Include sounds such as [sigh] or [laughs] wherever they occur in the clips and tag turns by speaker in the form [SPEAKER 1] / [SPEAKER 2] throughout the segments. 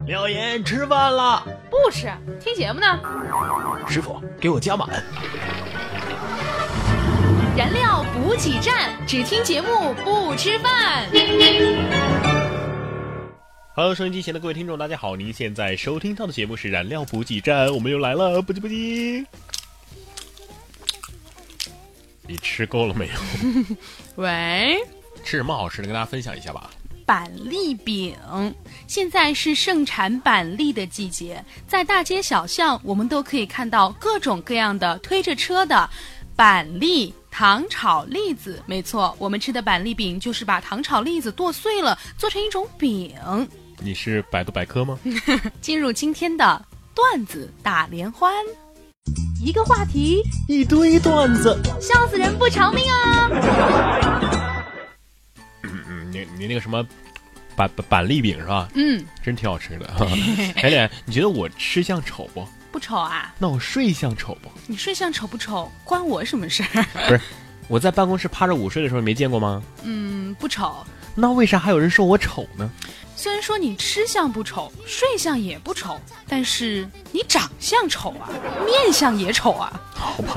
[SPEAKER 1] 廖岩吃饭了，
[SPEAKER 2] 不吃，听节目呢。
[SPEAKER 1] 师傅给我加满。
[SPEAKER 2] 燃料补给站，只听节目不吃饭。
[SPEAKER 1] Hello，收音机前的各位听众，大家好，您现在收听到的节目是《燃料补给站》，我们又来了，不急不急。你吃够了没有？
[SPEAKER 2] 喂，
[SPEAKER 1] 吃什么好吃的？跟大家分享一下吧。
[SPEAKER 2] 板栗饼，现在是盛产板栗的季节，在大街小巷，我们都可以看到各种各样的推着车的板栗。糖炒栗子，没错，我们吃的板栗饼就是把糖炒栗子剁碎了，做成一种饼。
[SPEAKER 1] 你是百度百科吗？
[SPEAKER 2] 进入今天的段子大联欢，
[SPEAKER 3] 一个话题，
[SPEAKER 1] 一堆段子。
[SPEAKER 3] 笑死人不偿命啊！
[SPEAKER 1] 嗯，你你那个什么板板板栗饼是吧？
[SPEAKER 2] 嗯，
[SPEAKER 1] 真挺好吃的。 [laughs] 哎，脸，你觉得我吃相丑不？
[SPEAKER 2] 不丑啊。
[SPEAKER 1] 那我睡相丑不？
[SPEAKER 2] 你睡相丑不丑，关我什么事儿？
[SPEAKER 1] 我在办公室趴着午睡的时候，你没见过吗？
[SPEAKER 2] 嗯，不丑。
[SPEAKER 1] 那为啥还有人说我丑呢？
[SPEAKER 2] 虽然说你吃相不丑，睡相也不丑，但是你长相丑啊，面相也丑啊。
[SPEAKER 1] 好吧，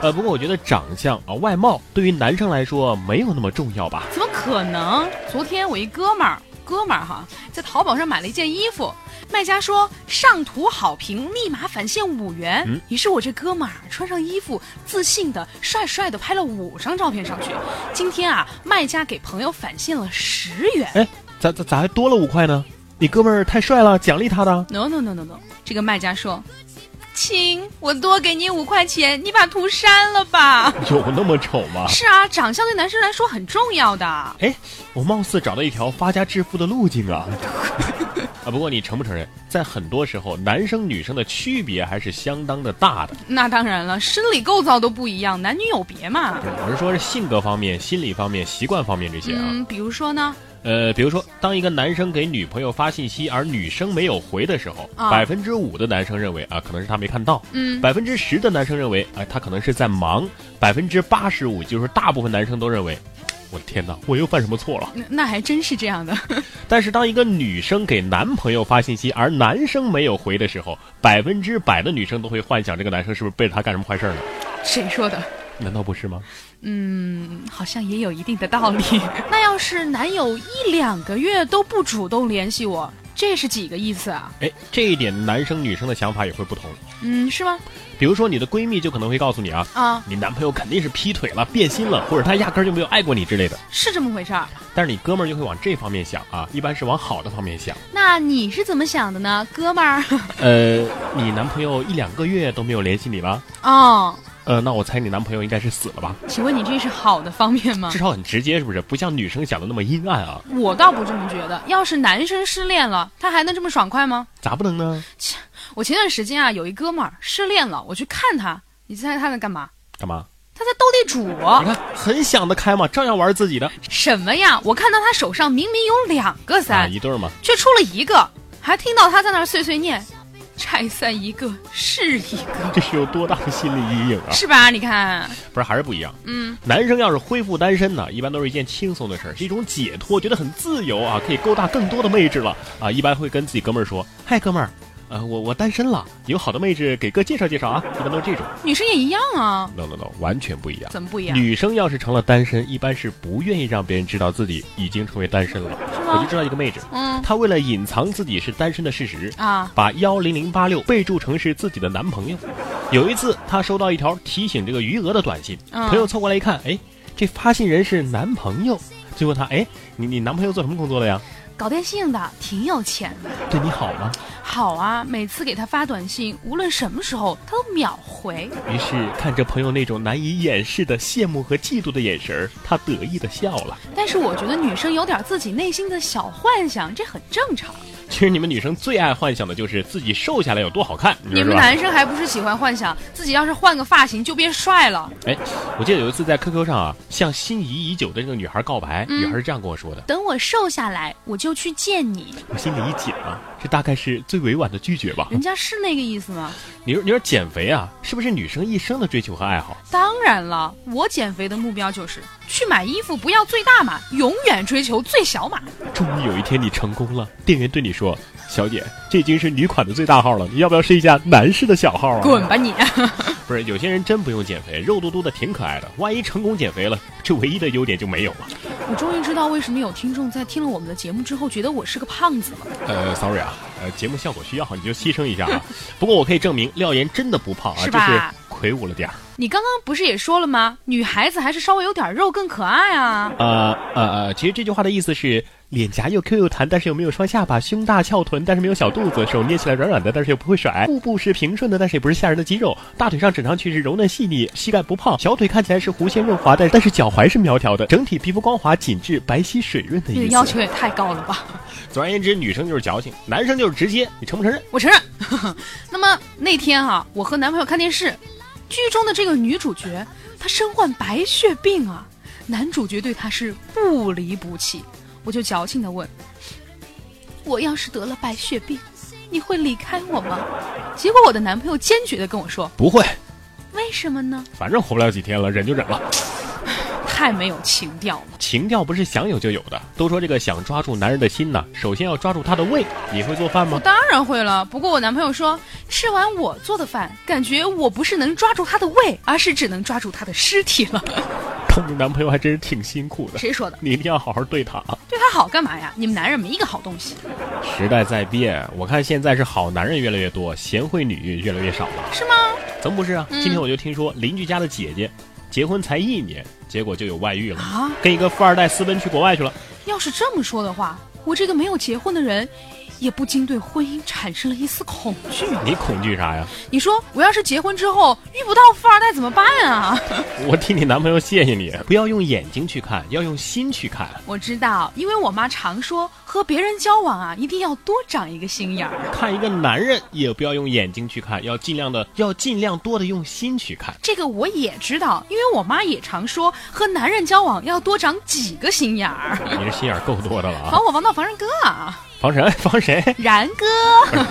[SPEAKER 1] 呃，不过我觉得长相啊、外貌对于男生来说没有那么重要吧。
[SPEAKER 2] 怎么可能？昨天我一哥们儿，哥们儿哈，在淘宝上买了一件衣服，卖家说上图好评，立马返现五元。
[SPEAKER 1] 嗯
[SPEAKER 2] 于是我这哥们儿啊穿上衣服，自信的、帅帅的拍了五张照片上去。今天啊，卖家给朋友返现了十元。
[SPEAKER 1] 哎，咋咋咋还多了五块呢？你哥们儿太帅了，奖励他的。 [laughs]
[SPEAKER 2] No no no no no，这个卖家说：“亲，我多给你五块钱，你把图删了
[SPEAKER 1] [laughs]
[SPEAKER 2] 吧。
[SPEAKER 1] 有那么丑吗”
[SPEAKER 2] 是啊，长相对男生来说很重要的。
[SPEAKER 1] 哎，我貌似找到一条发家致富的路径啊！ [laughs] 啊，不过你承不承认，在很多时候，男生女生的区别还是相当的大的。
[SPEAKER 2] 那当然了，生理构造都不一样，男女有别嘛。
[SPEAKER 1] 我是说，是性格方面、心理方面、习惯方面这些啊。
[SPEAKER 2] 嗯，比如说呢，
[SPEAKER 1] 呃，比如说，当一个男生给女朋友发信息，而女生没有回的时候，
[SPEAKER 2] 啊
[SPEAKER 1] 百分之五的男生认为啊，可能是他没看到；
[SPEAKER 2] 嗯，
[SPEAKER 1] 百分之十的男生认为，哎、他可能是在忙；百分之八十五，就是大部分男生都认为，我的天哪，我又犯什么错了？
[SPEAKER 2] 那那还真是这样的。 [laughs]
[SPEAKER 1] 但是当一个女生给男朋友发信息，而男生没有回的时候，百分之百的女生都会幻想这个男生是不是背着她干什么坏事儿了？
[SPEAKER 2] 谁说的？
[SPEAKER 1] 难道不是吗？
[SPEAKER 2] 嗯，好像也有一定的道理。 [laughs] 那要是男友一两个月都不主动联系我，这是几个意思啊？
[SPEAKER 1] 哎，这一点男生女生的想法也会不同。
[SPEAKER 2] 嗯，是吗？
[SPEAKER 1] 比如说，你的闺蜜就可能会告诉你啊，
[SPEAKER 2] 啊，
[SPEAKER 1] 你男朋友肯定是劈腿了、变心了，或者他压根儿就没有爱过你之类的。
[SPEAKER 2] 是这么回事儿。
[SPEAKER 1] 但是你哥们儿就会往这方面想啊，一般是往好的方面想。
[SPEAKER 2] 那你是怎么想的呢，哥们儿？ [laughs]
[SPEAKER 1] 呃，你男朋友一两个月都没有联系你了，
[SPEAKER 2] 哦，
[SPEAKER 1] 呃，那我猜你男朋友应该是死了吧？
[SPEAKER 2] 请问你这是好的方面吗
[SPEAKER 1] 至？少很直接，是不是？不像女生想的那么阴暗啊？
[SPEAKER 2] 我倒不这么觉得。要是男生失恋了，他还能这么爽快吗？
[SPEAKER 1] 咋不能呢？
[SPEAKER 2] 我前段时间啊，有一哥们儿失恋了，我去看他，你猜他在干嘛？
[SPEAKER 1] 干嘛？
[SPEAKER 2] 他在斗地主。
[SPEAKER 1] 你看，很想得开嘛，照样玩自己的
[SPEAKER 2] 什么呀？我看到他手上明明有两个
[SPEAKER 1] 啊，
[SPEAKER 2] 三，
[SPEAKER 1] 一对儿嘛。 [laughs]
[SPEAKER 2] 却出了一个，还听到他在那儿碎碎念：“拆散一个是一个，
[SPEAKER 1] 这是有多大的心理阴影啊？
[SPEAKER 2] 是吧？”你看，
[SPEAKER 1] 不是，还是不一样。
[SPEAKER 2] 嗯，
[SPEAKER 1] 男生要是恢复单身呢，一般都是一件轻松的事儿，是一种解脱，觉得很自由啊，可以勾搭更多的妹纸了啊。一般会跟自己哥们儿说：“嗨，哥们儿，呃，我我单身了，有好的妹纸给哥介绍介绍啊。”一般都是这种。
[SPEAKER 2] 女生也一样啊，
[SPEAKER 1] No No No，完全不一样。
[SPEAKER 2] 怎么不一样？
[SPEAKER 1] 女生要是成了单身，一般是不愿意让别人知道自己已经成为单身了。
[SPEAKER 2] 是
[SPEAKER 1] 我就
[SPEAKER 2] 吗？
[SPEAKER 1] 知道一个妹纸，
[SPEAKER 2] 嗯
[SPEAKER 1] 她为了隐藏自己是单身的事实，
[SPEAKER 2] 啊，
[SPEAKER 1] 把幺零零八六备注成是自己的男朋友。有一次，她收到一条提醒这个余额的短信，
[SPEAKER 2] 嗯
[SPEAKER 1] 朋友凑过来一看，哎，这发信人是男朋友，就问他，哎，你你男朋友做什么工作的呀？
[SPEAKER 2] 搞电信的挺有钱的。
[SPEAKER 1] 对你好吗？
[SPEAKER 2] 好啊，每次给他发短信，无论什么时候，他都秒回。
[SPEAKER 1] 于是看着朋友那种难以掩饰的羡慕和嫉妒的眼神儿，她得意的笑了。
[SPEAKER 2] 但是我觉得女生有点自己内心的小幻想，这很正常。
[SPEAKER 1] 其实你们女生最爱幻想的就是自己瘦下来有多好看，你
[SPEAKER 2] 你
[SPEAKER 1] 说是
[SPEAKER 2] 们
[SPEAKER 1] 吧？
[SPEAKER 2] 男生还不是喜欢幻想自己要是换个发型就变帅了？
[SPEAKER 1] 哎，我记得有一次在 QQ 上啊，向心仪已久的这个女孩告白，
[SPEAKER 2] 嗯
[SPEAKER 1] 女孩是这样跟我说的。
[SPEAKER 2] 等我瘦下来，我就去见你。
[SPEAKER 1] 我心里一紧啊，这大概是最委婉的拒绝吧。
[SPEAKER 2] 人家是那个意思吗？
[SPEAKER 1] 你说你说减肥啊，是不是女生一生的追求和爱好？
[SPEAKER 2] 当然了，我减肥的目标就是去买衣服，不要最大码，永远追求最小码。
[SPEAKER 1] 终于有一天你成功了，店员对你说：“小姐，这已经是女款的最大号了，你要不要试一下男士的小号啊？
[SPEAKER 2] 滚吧你！ [laughs]
[SPEAKER 1] 不是，有些人真不用减肥，肉嘟嘟的挺可爱的。万一成功减肥了，这唯一的优点就没有了。
[SPEAKER 2] 我终于知道为什么有听众在听了我们的节目之后觉得我是个胖子了。
[SPEAKER 1] 呃，sorry 啊，呃，节目效果需要，你就牺牲一下
[SPEAKER 2] [laughs]
[SPEAKER 1] 啊。不过我可以证明，廖岩真的不胖啊，
[SPEAKER 2] 是
[SPEAKER 1] 就
[SPEAKER 2] 吧
[SPEAKER 1] 是魁梧了点儿。
[SPEAKER 2] 你刚刚不是也说了吗？女孩子还是稍微有点肉更可爱啊。
[SPEAKER 1] 呃呃呃，其实这句话的意思是，脸颊又 Q 又弹，但是又没有双下巴；胸大翘臀，但是没有小肚子；手捏起来软软的，但是又不会甩；腹部是平顺的，但是也不是吓人的肌肉；大腿上整上去是柔嫩细腻，膝盖不胖；小腿看起来是弧线润滑的，但是脚踝是苗条的，整体皮肤光滑紧致、白皙水润的
[SPEAKER 2] 你的
[SPEAKER 1] 意
[SPEAKER 2] 要
[SPEAKER 1] 思。
[SPEAKER 2] 求也太高了吧！
[SPEAKER 1] 总而言之，女生就是矫情，男生就是直接，你承不承认？
[SPEAKER 2] 我承认。 [laughs] 那么那天哈、我和男朋友看电视，剧中的这个女主角她身患白血病啊，男主角对她是不离不弃。我就矫情的问：“我要是得了白血病，你会离开我吗？”结果我的男朋友坚决的跟我说
[SPEAKER 1] 不会，：“
[SPEAKER 2] 为什么呢？
[SPEAKER 1] 反正活不了几天了，忍就忍了。
[SPEAKER 2] 太没有情调了。
[SPEAKER 1] 情调不是想有就有的。都说这个想抓住男人的心呢，首先要抓住他的胃。你会做饭”
[SPEAKER 2] 我
[SPEAKER 1] 吗？
[SPEAKER 2] 当然会了，不过我男朋友说，吃完我做的饭，感觉我不是能抓住他的胃，而是只能抓住他的尸体了。
[SPEAKER 1] 当你男朋友还真是挺辛苦的。
[SPEAKER 2] 谁说的？
[SPEAKER 1] 你一定要好好对他。啊！
[SPEAKER 2] 对他好干嘛呀？你们男人没一个好东西。
[SPEAKER 1] 时代在变，我看现在是好男人越来越多，贤惠女越来越少了，
[SPEAKER 2] 是吗？
[SPEAKER 1] 怎么不是啊？
[SPEAKER 2] 嗯
[SPEAKER 1] 今天我就听说邻居家的姐姐结婚才一年，结果就有外遇了，
[SPEAKER 2] 啊，
[SPEAKER 1] 跟一个富二代私奔去国外去了。
[SPEAKER 2] 要是这么说的话，我这个没有结婚的人，也不禁对婚姻产生了一丝恐惧。
[SPEAKER 1] 你恐惧啥呀？
[SPEAKER 2] 你说我要是结婚之后遇不到富二代怎么办啊？ [laughs]
[SPEAKER 1] 我替你男朋友谢谢你，不要用眼睛去看，要用心去看。
[SPEAKER 2] 我知道，因为我妈常说，和别人交往啊，一定要多长一个心眼儿。
[SPEAKER 1] 看一个男人也不要用眼睛去看，要尽量的，要尽量多的用心去
[SPEAKER 2] [laughs]
[SPEAKER 1] 看。
[SPEAKER 2] 这个我也知道，因为我妈也常说，和男人交往要多长几个心眼儿。
[SPEAKER 1] 你这心眼儿够多的了啊
[SPEAKER 2] 防！我防盗防人哥啊，
[SPEAKER 1] 防 [laughs] 谁？防谁？
[SPEAKER 2] 然哥，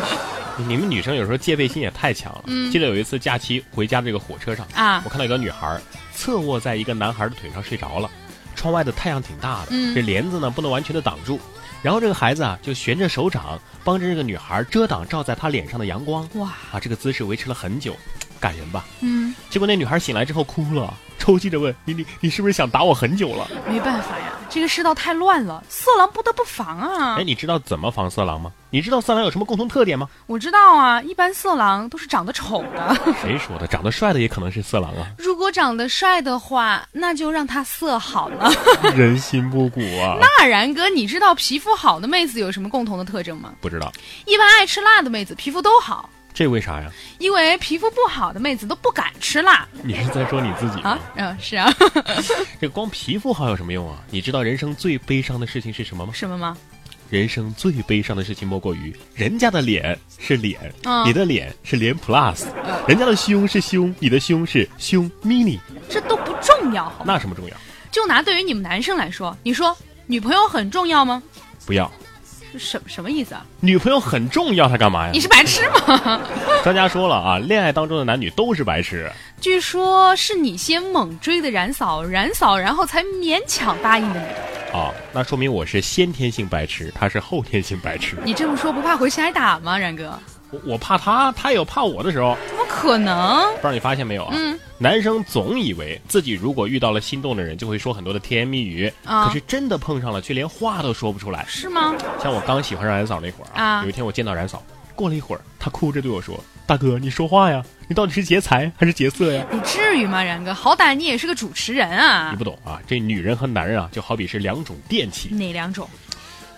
[SPEAKER 1] 你们女生有时候戒备心也太强了。记得有一次假期回家这个火车上
[SPEAKER 2] 嗯啊
[SPEAKER 1] 我看到一个女孩侧卧在一个男孩的腿上睡着了，窗外的太阳挺大的，
[SPEAKER 2] 嗯
[SPEAKER 1] 这帘子呢不能完全的挡住。然后这个孩子啊就悬着手掌帮着这个女孩遮挡照在她脸上的阳光，
[SPEAKER 2] 哇，
[SPEAKER 1] 啊这个姿势维持了很久，感人吧？
[SPEAKER 2] 嗯，
[SPEAKER 1] 结果那女孩醒来之后哭了，抽泣着问你你你是不是想打我很久了？
[SPEAKER 2] 没办法呀，这个世道太乱了，色狼不得不防啊
[SPEAKER 1] 哎，。你知道怎么防色狼吗？你知道色狼有什么共同特点吗？
[SPEAKER 2] 我知道啊，一般色狼都是长得丑的。 [laughs]
[SPEAKER 1] 谁说的？长得帅的也可能是色狼啊，
[SPEAKER 2] 如果长得帅的话，那就让他色好了。
[SPEAKER 1] 人心不古啊。
[SPEAKER 2] 那然哥，你知道皮肤好的妹子有什么共同的特征吗？
[SPEAKER 1] 不知道
[SPEAKER 2] 一般爱吃辣的妹子皮肤都好，
[SPEAKER 1] 这为啥呀？
[SPEAKER 2] 因为皮肤不好的妹子都不敢吃辣
[SPEAKER 1] 你是在说你自己吗
[SPEAKER 2] 啊。嗯、是啊， [laughs]
[SPEAKER 1] 这光皮肤好有什么用啊？你知道人生最悲伤的事情是什么吗？
[SPEAKER 2] 什么吗？
[SPEAKER 1] 人生最悲伤的事情莫过于人家的脸是脸，
[SPEAKER 2] 嗯
[SPEAKER 1] 你的脸是脸 plus，、人
[SPEAKER 2] 啊
[SPEAKER 1] 家的胸是胸，你的胸是胸 mini，
[SPEAKER 2] 这都不重要，好吗？
[SPEAKER 1] 那什么重要？
[SPEAKER 2] 就拿对于你们男生来说，你说女朋友很重要吗？
[SPEAKER 1] 不要。
[SPEAKER 2] 是什什么意思啊？
[SPEAKER 1] 女朋友很重要，她干嘛
[SPEAKER 2] 你
[SPEAKER 1] 呀？
[SPEAKER 2] 是白痴吗？
[SPEAKER 1] 专家说了啊，恋爱当中的男女都是白痴。
[SPEAKER 2] 据说是你先猛追的冉嫂，冉嫂然后才勉强答应的你。
[SPEAKER 1] 啊，那说明我是先天性白痴，他是后天性白痴。
[SPEAKER 2] 你这么说不怕回去挨打吗，冉哥？
[SPEAKER 1] 我我怕他，他有怕我的时候。
[SPEAKER 2] 怎么可能
[SPEAKER 1] 不？知道你发现没有啊？
[SPEAKER 2] 嗯
[SPEAKER 1] 男生总以为自己如果遇到了心动的人，就会说很多的甜言蜜语，
[SPEAKER 2] 啊
[SPEAKER 1] 可是真的碰上了，却连话都说不出来。
[SPEAKER 2] 是吗？
[SPEAKER 1] 像我刚喜欢上冉嫂那会儿
[SPEAKER 2] 啊
[SPEAKER 1] 有一天我见到冉嫂，过了一会儿，她哭着对我说：“大哥，你说话呀，你到底是劫财还是劫色呀
[SPEAKER 2] 你至于吗，冉哥？好歹你也是个主持人？”啊
[SPEAKER 1] 你。不懂啊，这女人和男人啊，就好比是两种电器，
[SPEAKER 2] 哪两种？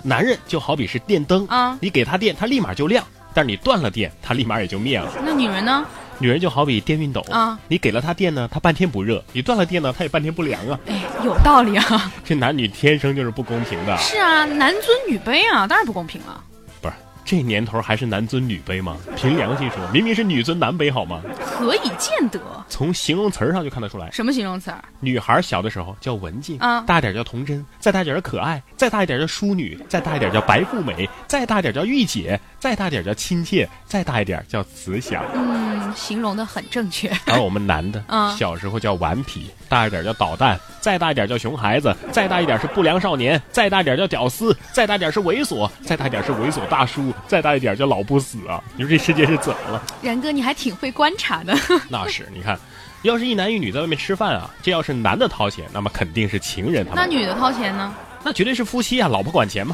[SPEAKER 1] 男人就好比是电灯
[SPEAKER 2] 啊
[SPEAKER 1] 你给他电，他立马就亮；但是你断了电，他立马也就灭了。 [laughs]
[SPEAKER 2] 那女人呢？
[SPEAKER 1] 女人就好比电熨斗
[SPEAKER 2] 啊
[SPEAKER 1] 你给了她电呢，她半天不热；你断了电呢，她也半天不凉啊。 [laughs]
[SPEAKER 2] 哎，有道理啊。
[SPEAKER 1] 这男女天生就是不公平的。
[SPEAKER 2] 是啊，男尊女卑啊，当然不公平了。
[SPEAKER 1] 不是这年头还是男尊女卑吗？凭良心说，明明是女尊男卑好吗？
[SPEAKER 2] 何以见得？
[SPEAKER 1] 从形容词儿上就看得出来，
[SPEAKER 2] 什么形容词儿？
[SPEAKER 1] 女孩小的时候叫文静，
[SPEAKER 2] 啊
[SPEAKER 1] 大点儿叫童真，再大点儿叫可爱，再大一点儿叫淑女，再大一点儿叫白富美，再大一点儿叫御姐，再大一点儿叫亲切，再大一点儿叫慈祥。
[SPEAKER 2] 嗯，嗯，形容的很正确。
[SPEAKER 1] 当然，我们男的
[SPEAKER 2] 嗯
[SPEAKER 1] 小时候叫顽皮，大一点叫捣蛋，再大一点叫熊孩子，再大一点是不良少年，再大一点叫屌丝，再大一点是猥琐，再大一点是猥琐大叔，再大一点叫老不死啊！你说这世界是怎么了？ [laughs]
[SPEAKER 2] 然哥，你还挺会观察的。
[SPEAKER 1] 那是，你看，要是一男一女在外面吃饭啊，这要是男的掏钱，那么肯定是情人他
[SPEAKER 2] 那
[SPEAKER 1] 们，
[SPEAKER 2] 女的掏钱呢？
[SPEAKER 1] 那绝对是夫妻啊，老婆管钱嘛，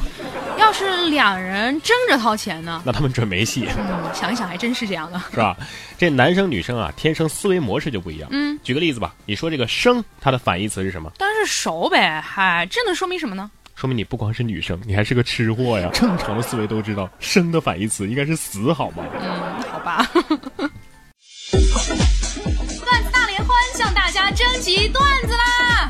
[SPEAKER 2] 要是两人争着掏钱呢？
[SPEAKER 1] 那他们准没戏，
[SPEAKER 2] 嗯，想一想还真是这样的。
[SPEAKER 3] 啊
[SPEAKER 1] 是吧？这男生女生啊，天生思维模式就不一样。
[SPEAKER 2] 嗯，
[SPEAKER 1] 举个例子吧，你说这个生，它的反义词是什么？
[SPEAKER 2] 当然是熟呗，嗨，这能说明什么呢？
[SPEAKER 1] 说明你不光是女生，你还是个吃货呀。正常的思维都知道，生的反义词应该是死，好吗？
[SPEAKER 2] 嗯，好
[SPEAKER 3] [laughs]
[SPEAKER 2] 吧。
[SPEAKER 3] 段子大联欢向大家征集段子啦！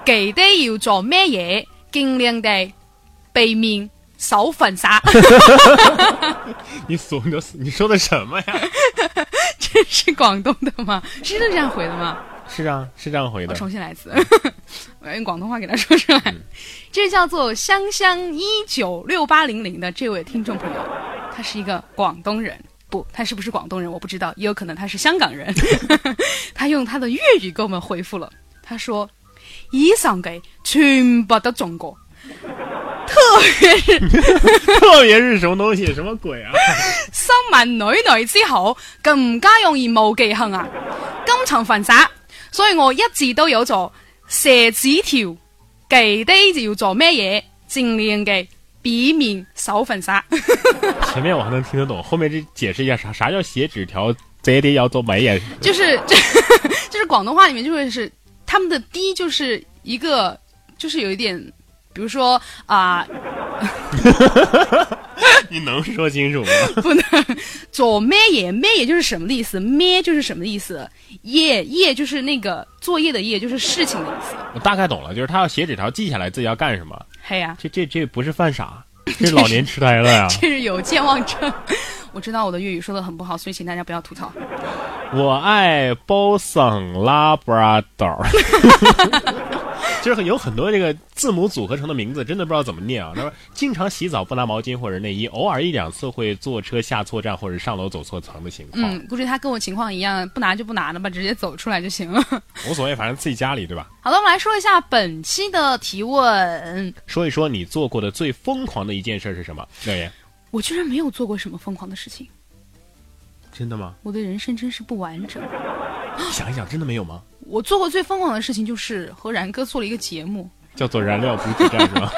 [SPEAKER 2] 记得要做咩嘢，尽量地避免少犯傻。 [laughs]
[SPEAKER 1] 你说的你说的什么呀？
[SPEAKER 2] 这是广东的吗？是这样回的吗？
[SPEAKER 1] [laughs] 是啊，是这样回
[SPEAKER 2] 我
[SPEAKER 1] 的。嗯
[SPEAKER 2] 重新来一次， [laughs] 我要用广东话给他说出来。这叫做香香一九六八零零的这位听众朋友，他是一个广东人。不，他是不是广东人我不知道，也有可能他是香
[SPEAKER 1] [laughs]
[SPEAKER 2] 港人。他用他的粤语给我们回复了，他说：“以上给全部都中国，
[SPEAKER 1] [laughs] 特别是什么东西，什么鬼啊？
[SPEAKER 2] 生完女女之後，更加容易冇記性啊，金層犯傻，所以我一直都有做寫紙條，記低就要做咩嘢，尽量嘅避免手份傻。
[SPEAKER 1] [laughs] 前面我还能听得懂，后面这解释一下啥啥叫写纸条，贼得要做白眼。
[SPEAKER 2] 就是 [laughs] 就就是广东话里面就会是他们的低就是一个就是有一点，比如说啊、
[SPEAKER 1] [laughs] 你能说清楚吗？
[SPEAKER 2] 不能做咩嘢，咩嘢就是什么的意思，咩就是什么的意思，业业就是那个作业的业，就是事情的意思。
[SPEAKER 1] [laughs] 我大概懂了，就是他要写纸条记下来自己要干什么。
[SPEAKER 2] 嘿呀、
[SPEAKER 1] 这这这不是犯 [laughs] 傻，这是老年痴呆了呀。
[SPEAKER 2] [laughs] 这是有健忘症。我知道我的粤语说的很不好，所以请大家不要吐槽。
[SPEAKER 1] [laughs] 我爱包桑拉布拉多，就是有很多这个字母组合成的名字，真的不知道怎么念啊。那么经常洗澡不拿毛巾或者内衣，偶尔一两次会坐车下错站或者上楼走错层的情况，
[SPEAKER 2] 嗯，估计他跟我情况一样，不拿就不拿了吧，直接走出来就行了。
[SPEAKER 1] 无所谓，反正自己家里对吧？
[SPEAKER 2] [laughs] 好的，我们来说一下本期的提问。
[SPEAKER 1] 说一说你做过的最疯狂的一件事是什么？廖岩，
[SPEAKER 2] 我居然没有做过什么疯狂的事情，
[SPEAKER 1] 真的吗？
[SPEAKER 2] 我的人生真是不完整。
[SPEAKER 1] [gasps] 想一想，真的没有吗？
[SPEAKER 2] 我做过最疯狂的事情就是和然哥做了一个节目，
[SPEAKER 1] 叫做燃料补给站是吧？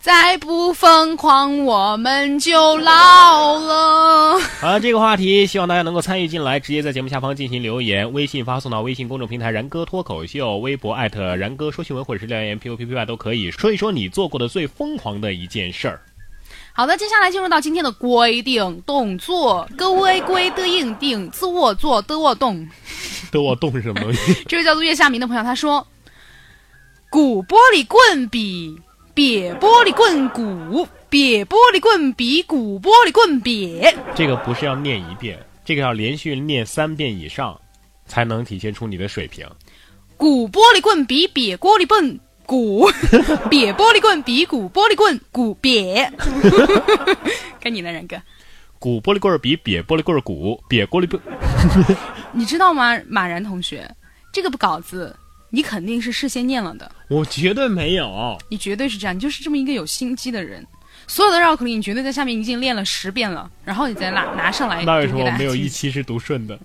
[SPEAKER 2] 再不疯狂我们就老了。 [laughs]
[SPEAKER 1] 啊，这个话题希望大家能够参与进来，直接在节目下方进行留言，微信发送到微信公众平台“然哥脱口秀”，微博艾特“然哥说新闻”或者是廖岩 P O P P Y 都可以，说一说你做过的最疯狂的一件事儿。
[SPEAKER 2] 好的，接下来进入到今天的规定动作，各位规的应定，自我做的我动。
[SPEAKER 1] 都我动是什么东西？
[SPEAKER 2] 这位叫做月下明的朋友他说：“鼓玻璃棍比瘪玻璃棍鼓，瘪玻璃棍比鼓玻璃棍瘪。
[SPEAKER 1] 这个不是要念一遍，这个要连续念三遍以上，才能体现出你的水平。
[SPEAKER 2] 鼓玻璃棍比瘪玻璃棍鼓， [laughs] 瘪玻璃棍比鼓玻璃棍鼓瘪。 [laughs] 该你了，然哥。
[SPEAKER 1] 鼓玻璃棍儿比瘪玻璃棍儿鼓，瘪玻璃棍
[SPEAKER 2] 你知道吗，马然同学，这个稿子你肯定是事先念了的，
[SPEAKER 1] 我绝对没有。啊
[SPEAKER 2] 你绝对是这样，你就是这么一个有心机的人。所有的绕口令，你绝对在下面已经练了十遍了，然后你再拿拿上来。
[SPEAKER 1] 那为什么
[SPEAKER 2] 读给
[SPEAKER 1] 我
[SPEAKER 2] 大家
[SPEAKER 1] 没有
[SPEAKER 2] 听
[SPEAKER 1] 一期是读顺的？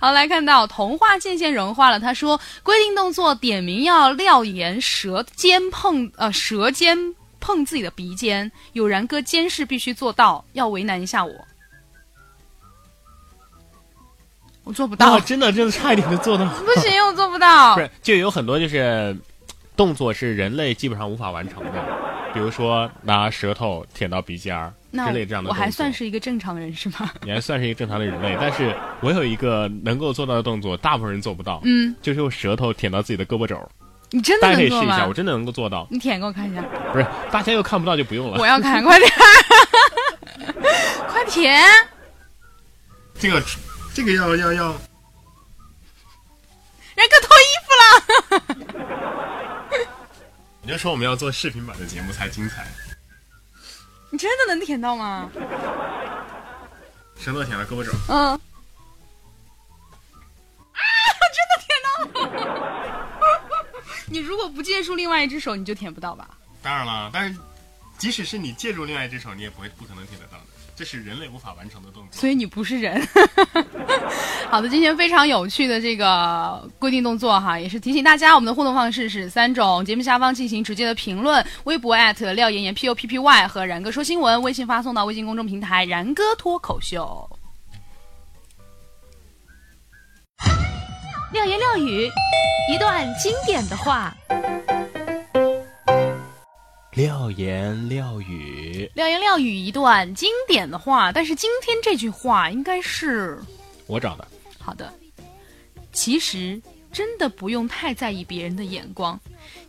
[SPEAKER 2] 好，来看到童话渐渐融化了。他说，规定动作点名要廖岩舌尖碰呃舌尖碰自己的鼻尖，有然哥监视必须做到，要为难一下我。我做不到
[SPEAKER 1] [laughs] 啊，，真的真的差一点就做到了。
[SPEAKER 2] 不行，我做不
[SPEAKER 1] [laughs]
[SPEAKER 2] 到
[SPEAKER 1] 不。是，就有很多就是动作是人类基本上无法完成的，比如说拿舌头舔到鼻尖儿
[SPEAKER 2] 那
[SPEAKER 1] 之类这样的
[SPEAKER 2] 我还
[SPEAKER 1] 动作
[SPEAKER 2] 算是一个正常人是吗？ [laughs]
[SPEAKER 1] 你还算是一个正常的人类，但是我有一个能够做到的动作，大部分人做不到，
[SPEAKER 2] 嗯，
[SPEAKER 1] 就是用舌头舔到自己的胳膊肘儿。
[SPEAKER 2] 你真的
[SPEAKER 1] 大家可
[SPEAKER 2] 能
[SPEAKER 1] 以试
[SPEAKER 2] 做
[SPEAKER 1] 一下，
[SPEAKER 2] 吗
[SPEAKER 1] 我？真的能够做到。
[SPEAKER 2] 你舔给我看一下，
[SPEAKER 1] 不是，大家又看不到就不用了。
[SPEAKER 2] [laughs] 我要看，快点，快舔！
[SPEAKER 1] 这个这个要要要，
[SPEAKER 2] 然哥脱衣服了。
[SPEAKER 1] 你就说我们要做视频版的节目才精彩。
[SPEAKER 2] 你真的能舔到吗？
[SPEAKER 1] 舌头舔到胳膊肘儿，
[SPEAKER 2] 嗯。啊！真的舔到了。 [laughs] 你如果不借助另外一只手，你就舔不到吧？
[SPEAKER 1] 当然了，但是即使是你借助另外一只手，你也不会不可能舔得到的，这是人类无法完成的动作。
[SPEAKER 2] 所以你不是人。 [laughs] 好的，今天非常有趣的这个规定动作哈，也是提醒大家，我们的互动方式是三种：节目下方进行直接的评论，微博廖妍妍 P O P P Y 和然哥说新闻，微信发送到微信公众平台然哥脱口秀。
[SPEAKER 3] 廖言廖语，一段经典的话。
[SPEAKER 1] 廖言廖语，
[SPEAKER 2] 廖言廖语一段经典的话，但是今天这句话应该是
[SPEAKER 1] 我找的。
[SPEAKER 2] 好的。其实真的不用太在意别人的眼光，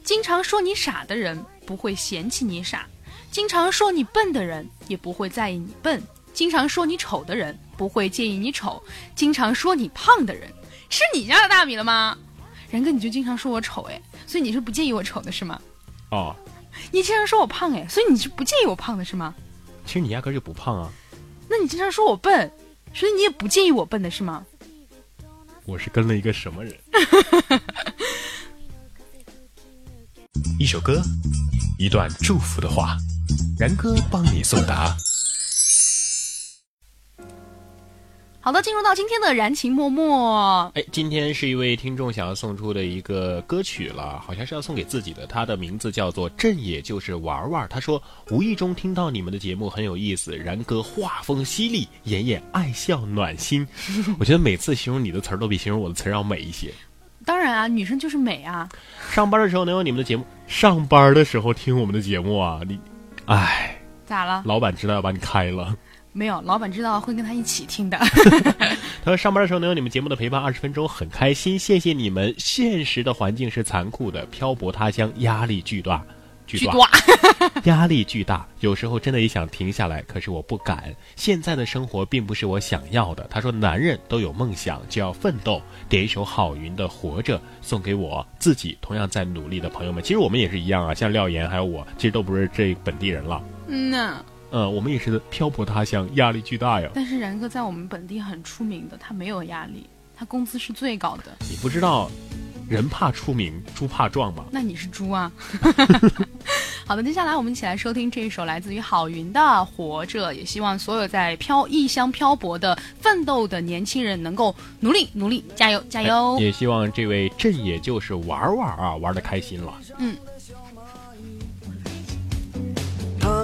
[SPEAKER 2] 经常说你傻的人不会嫌弃你傻，经常说你笨的人也不会在意你笨，经常说你丑的人不会介意你丑，经常说你胖的人是你家的大米了吗？然哥，你就经常说我丑哎，所以你是不介意我丑的是吗？
[SPEAKER 1] 哦，
[SPEAKER 2] 你经常说我胖哎，所以你是不介意我胖的是吗？
[SPEAKER 1] 其实你压根儿就不胖啊，
[SPEAKER 2] 那你经常说我笨，所以你也不介意我笨的是吗？
[SPEAKER 1] 我是跟了一个什么人？ [laughs] 一首歌，一段祝福的话，然哥帮你送达。
[SPEAKER 2] 好的，进入到今天的燃情脉脉。
[SPEAKER 1] 哎，今天是一位听众想要送出的一个歌曲了，好像是要送给自己的。他的名字叫做“朕也就是玩玩”。他说，无意中听到你们的节目很有意思，然哥画风犀利，妍妍爱笑暖心。我觉得每次形容你的词儿都比形容我的词儿要美一些。
[SPEAKER 2] 当然啊，女生就是美啊。
[SPEAKER 1] 上班的时候能有你们的节目，上班的时候听我们的节目啊，你，哎，
[SPEAKER 2] 咋了？
[SPEAKER 1] 老板知道要把你开了。
[SPEAKER 2] 没有，老板知道会跟他一起听的。
[SPEAKER 1] 他说上班的时候能有你们节目的陪伴，二十分钟很开心，谢谢你们。现实的环境是残酷的，漂泊他乡压力巨大，巨
[SPEAKER 2] 去
[SPEAKER 1] 大，
[SPEAKER 2] 抓。
[SPEAKER 1] 压力巨大，有时候真的也想停下来，可是我不敢。现在的生活并不是我想要的。他说，男人都有梦想，就要奋斗。点一首郝云的《活着》，送给我自己同样在努力的朋友们。其实我们也是一样啊，像廖岩还有我，其实都不是这本地人了。
[SPEAKER 2] 嗯呐，
[SPEAKER 1] 呃，我们也是漂泊他乡，压力巨大呀。
[SPEAKER 2] 但是然哥在我们本地很出名的，他没有压力，他工资是最高的。
[SPEAKER 1] 你不知道，人怕出名，猪怕壮吗？
[SPEAKER 2] 那你是猪啊！好的，接下来我们一起来收听这一首来自于郝云的《活着》，也希望所有在漂异乡漂泊的奋斗的年轻人能够努力努力，加油加油！
[SPEAKER 1] 哎也希望这位朕也就是玩玩啊，玩的开心了。
[SPEAKER 4] 他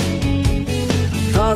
[SPEAKER 4] 他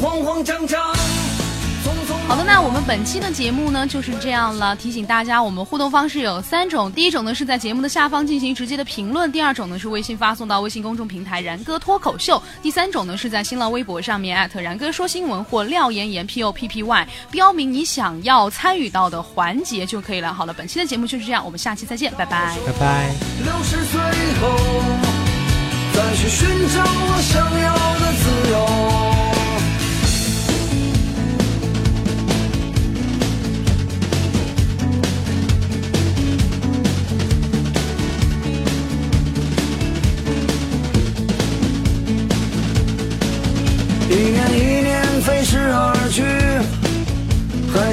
[SPEAKER 4] 慌慌张张，匆匆忙忙
[SPEAKER 2] 好的，那我们本期的节目呢就是这样了。提醒大家，我们互动方式有三种：第一种呢是在节目的下方进行直接的评论；第二种呢是微信发送到微信公众平台“然哥脱口秀”；第三种呢是在新浪微博上面艾特“然哥说新闻”或“廖岩岩 P O P P Y”，标明你想要参与到的环节就可以了。好了，本期的节目就是这样，我们下期再见，拜拜。
[SPEAKER 1] 拜拜。
[SPEAKER 4] 六十岁后，再去寻找我想要的自由。一年一年飞逝而去，还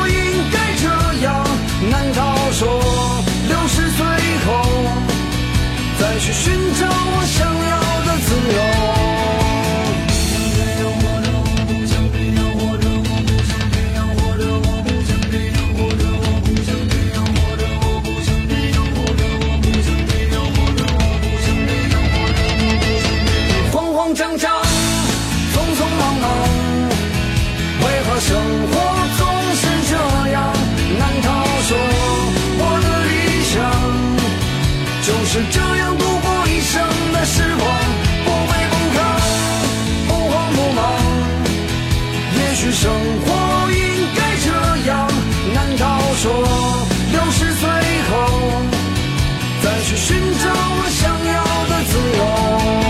[SPEAKER 4] 应该这样。难道说六十岁后再去寻找我想要的自由？慌慌张张，匆匆忙忙，为何生活总是这样？难道说我的理想就是这样度过一生的时光？不卑不亢，不慌不忙。也许生活应该这样。难道说六十岁后再去寻找我想要的自由？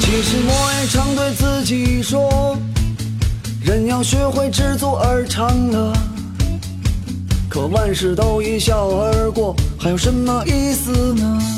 [SPEAKER 4] 其实我也常对自己说，人要学会知足而常乐。可万事都一笑而过，还有什么意思呢？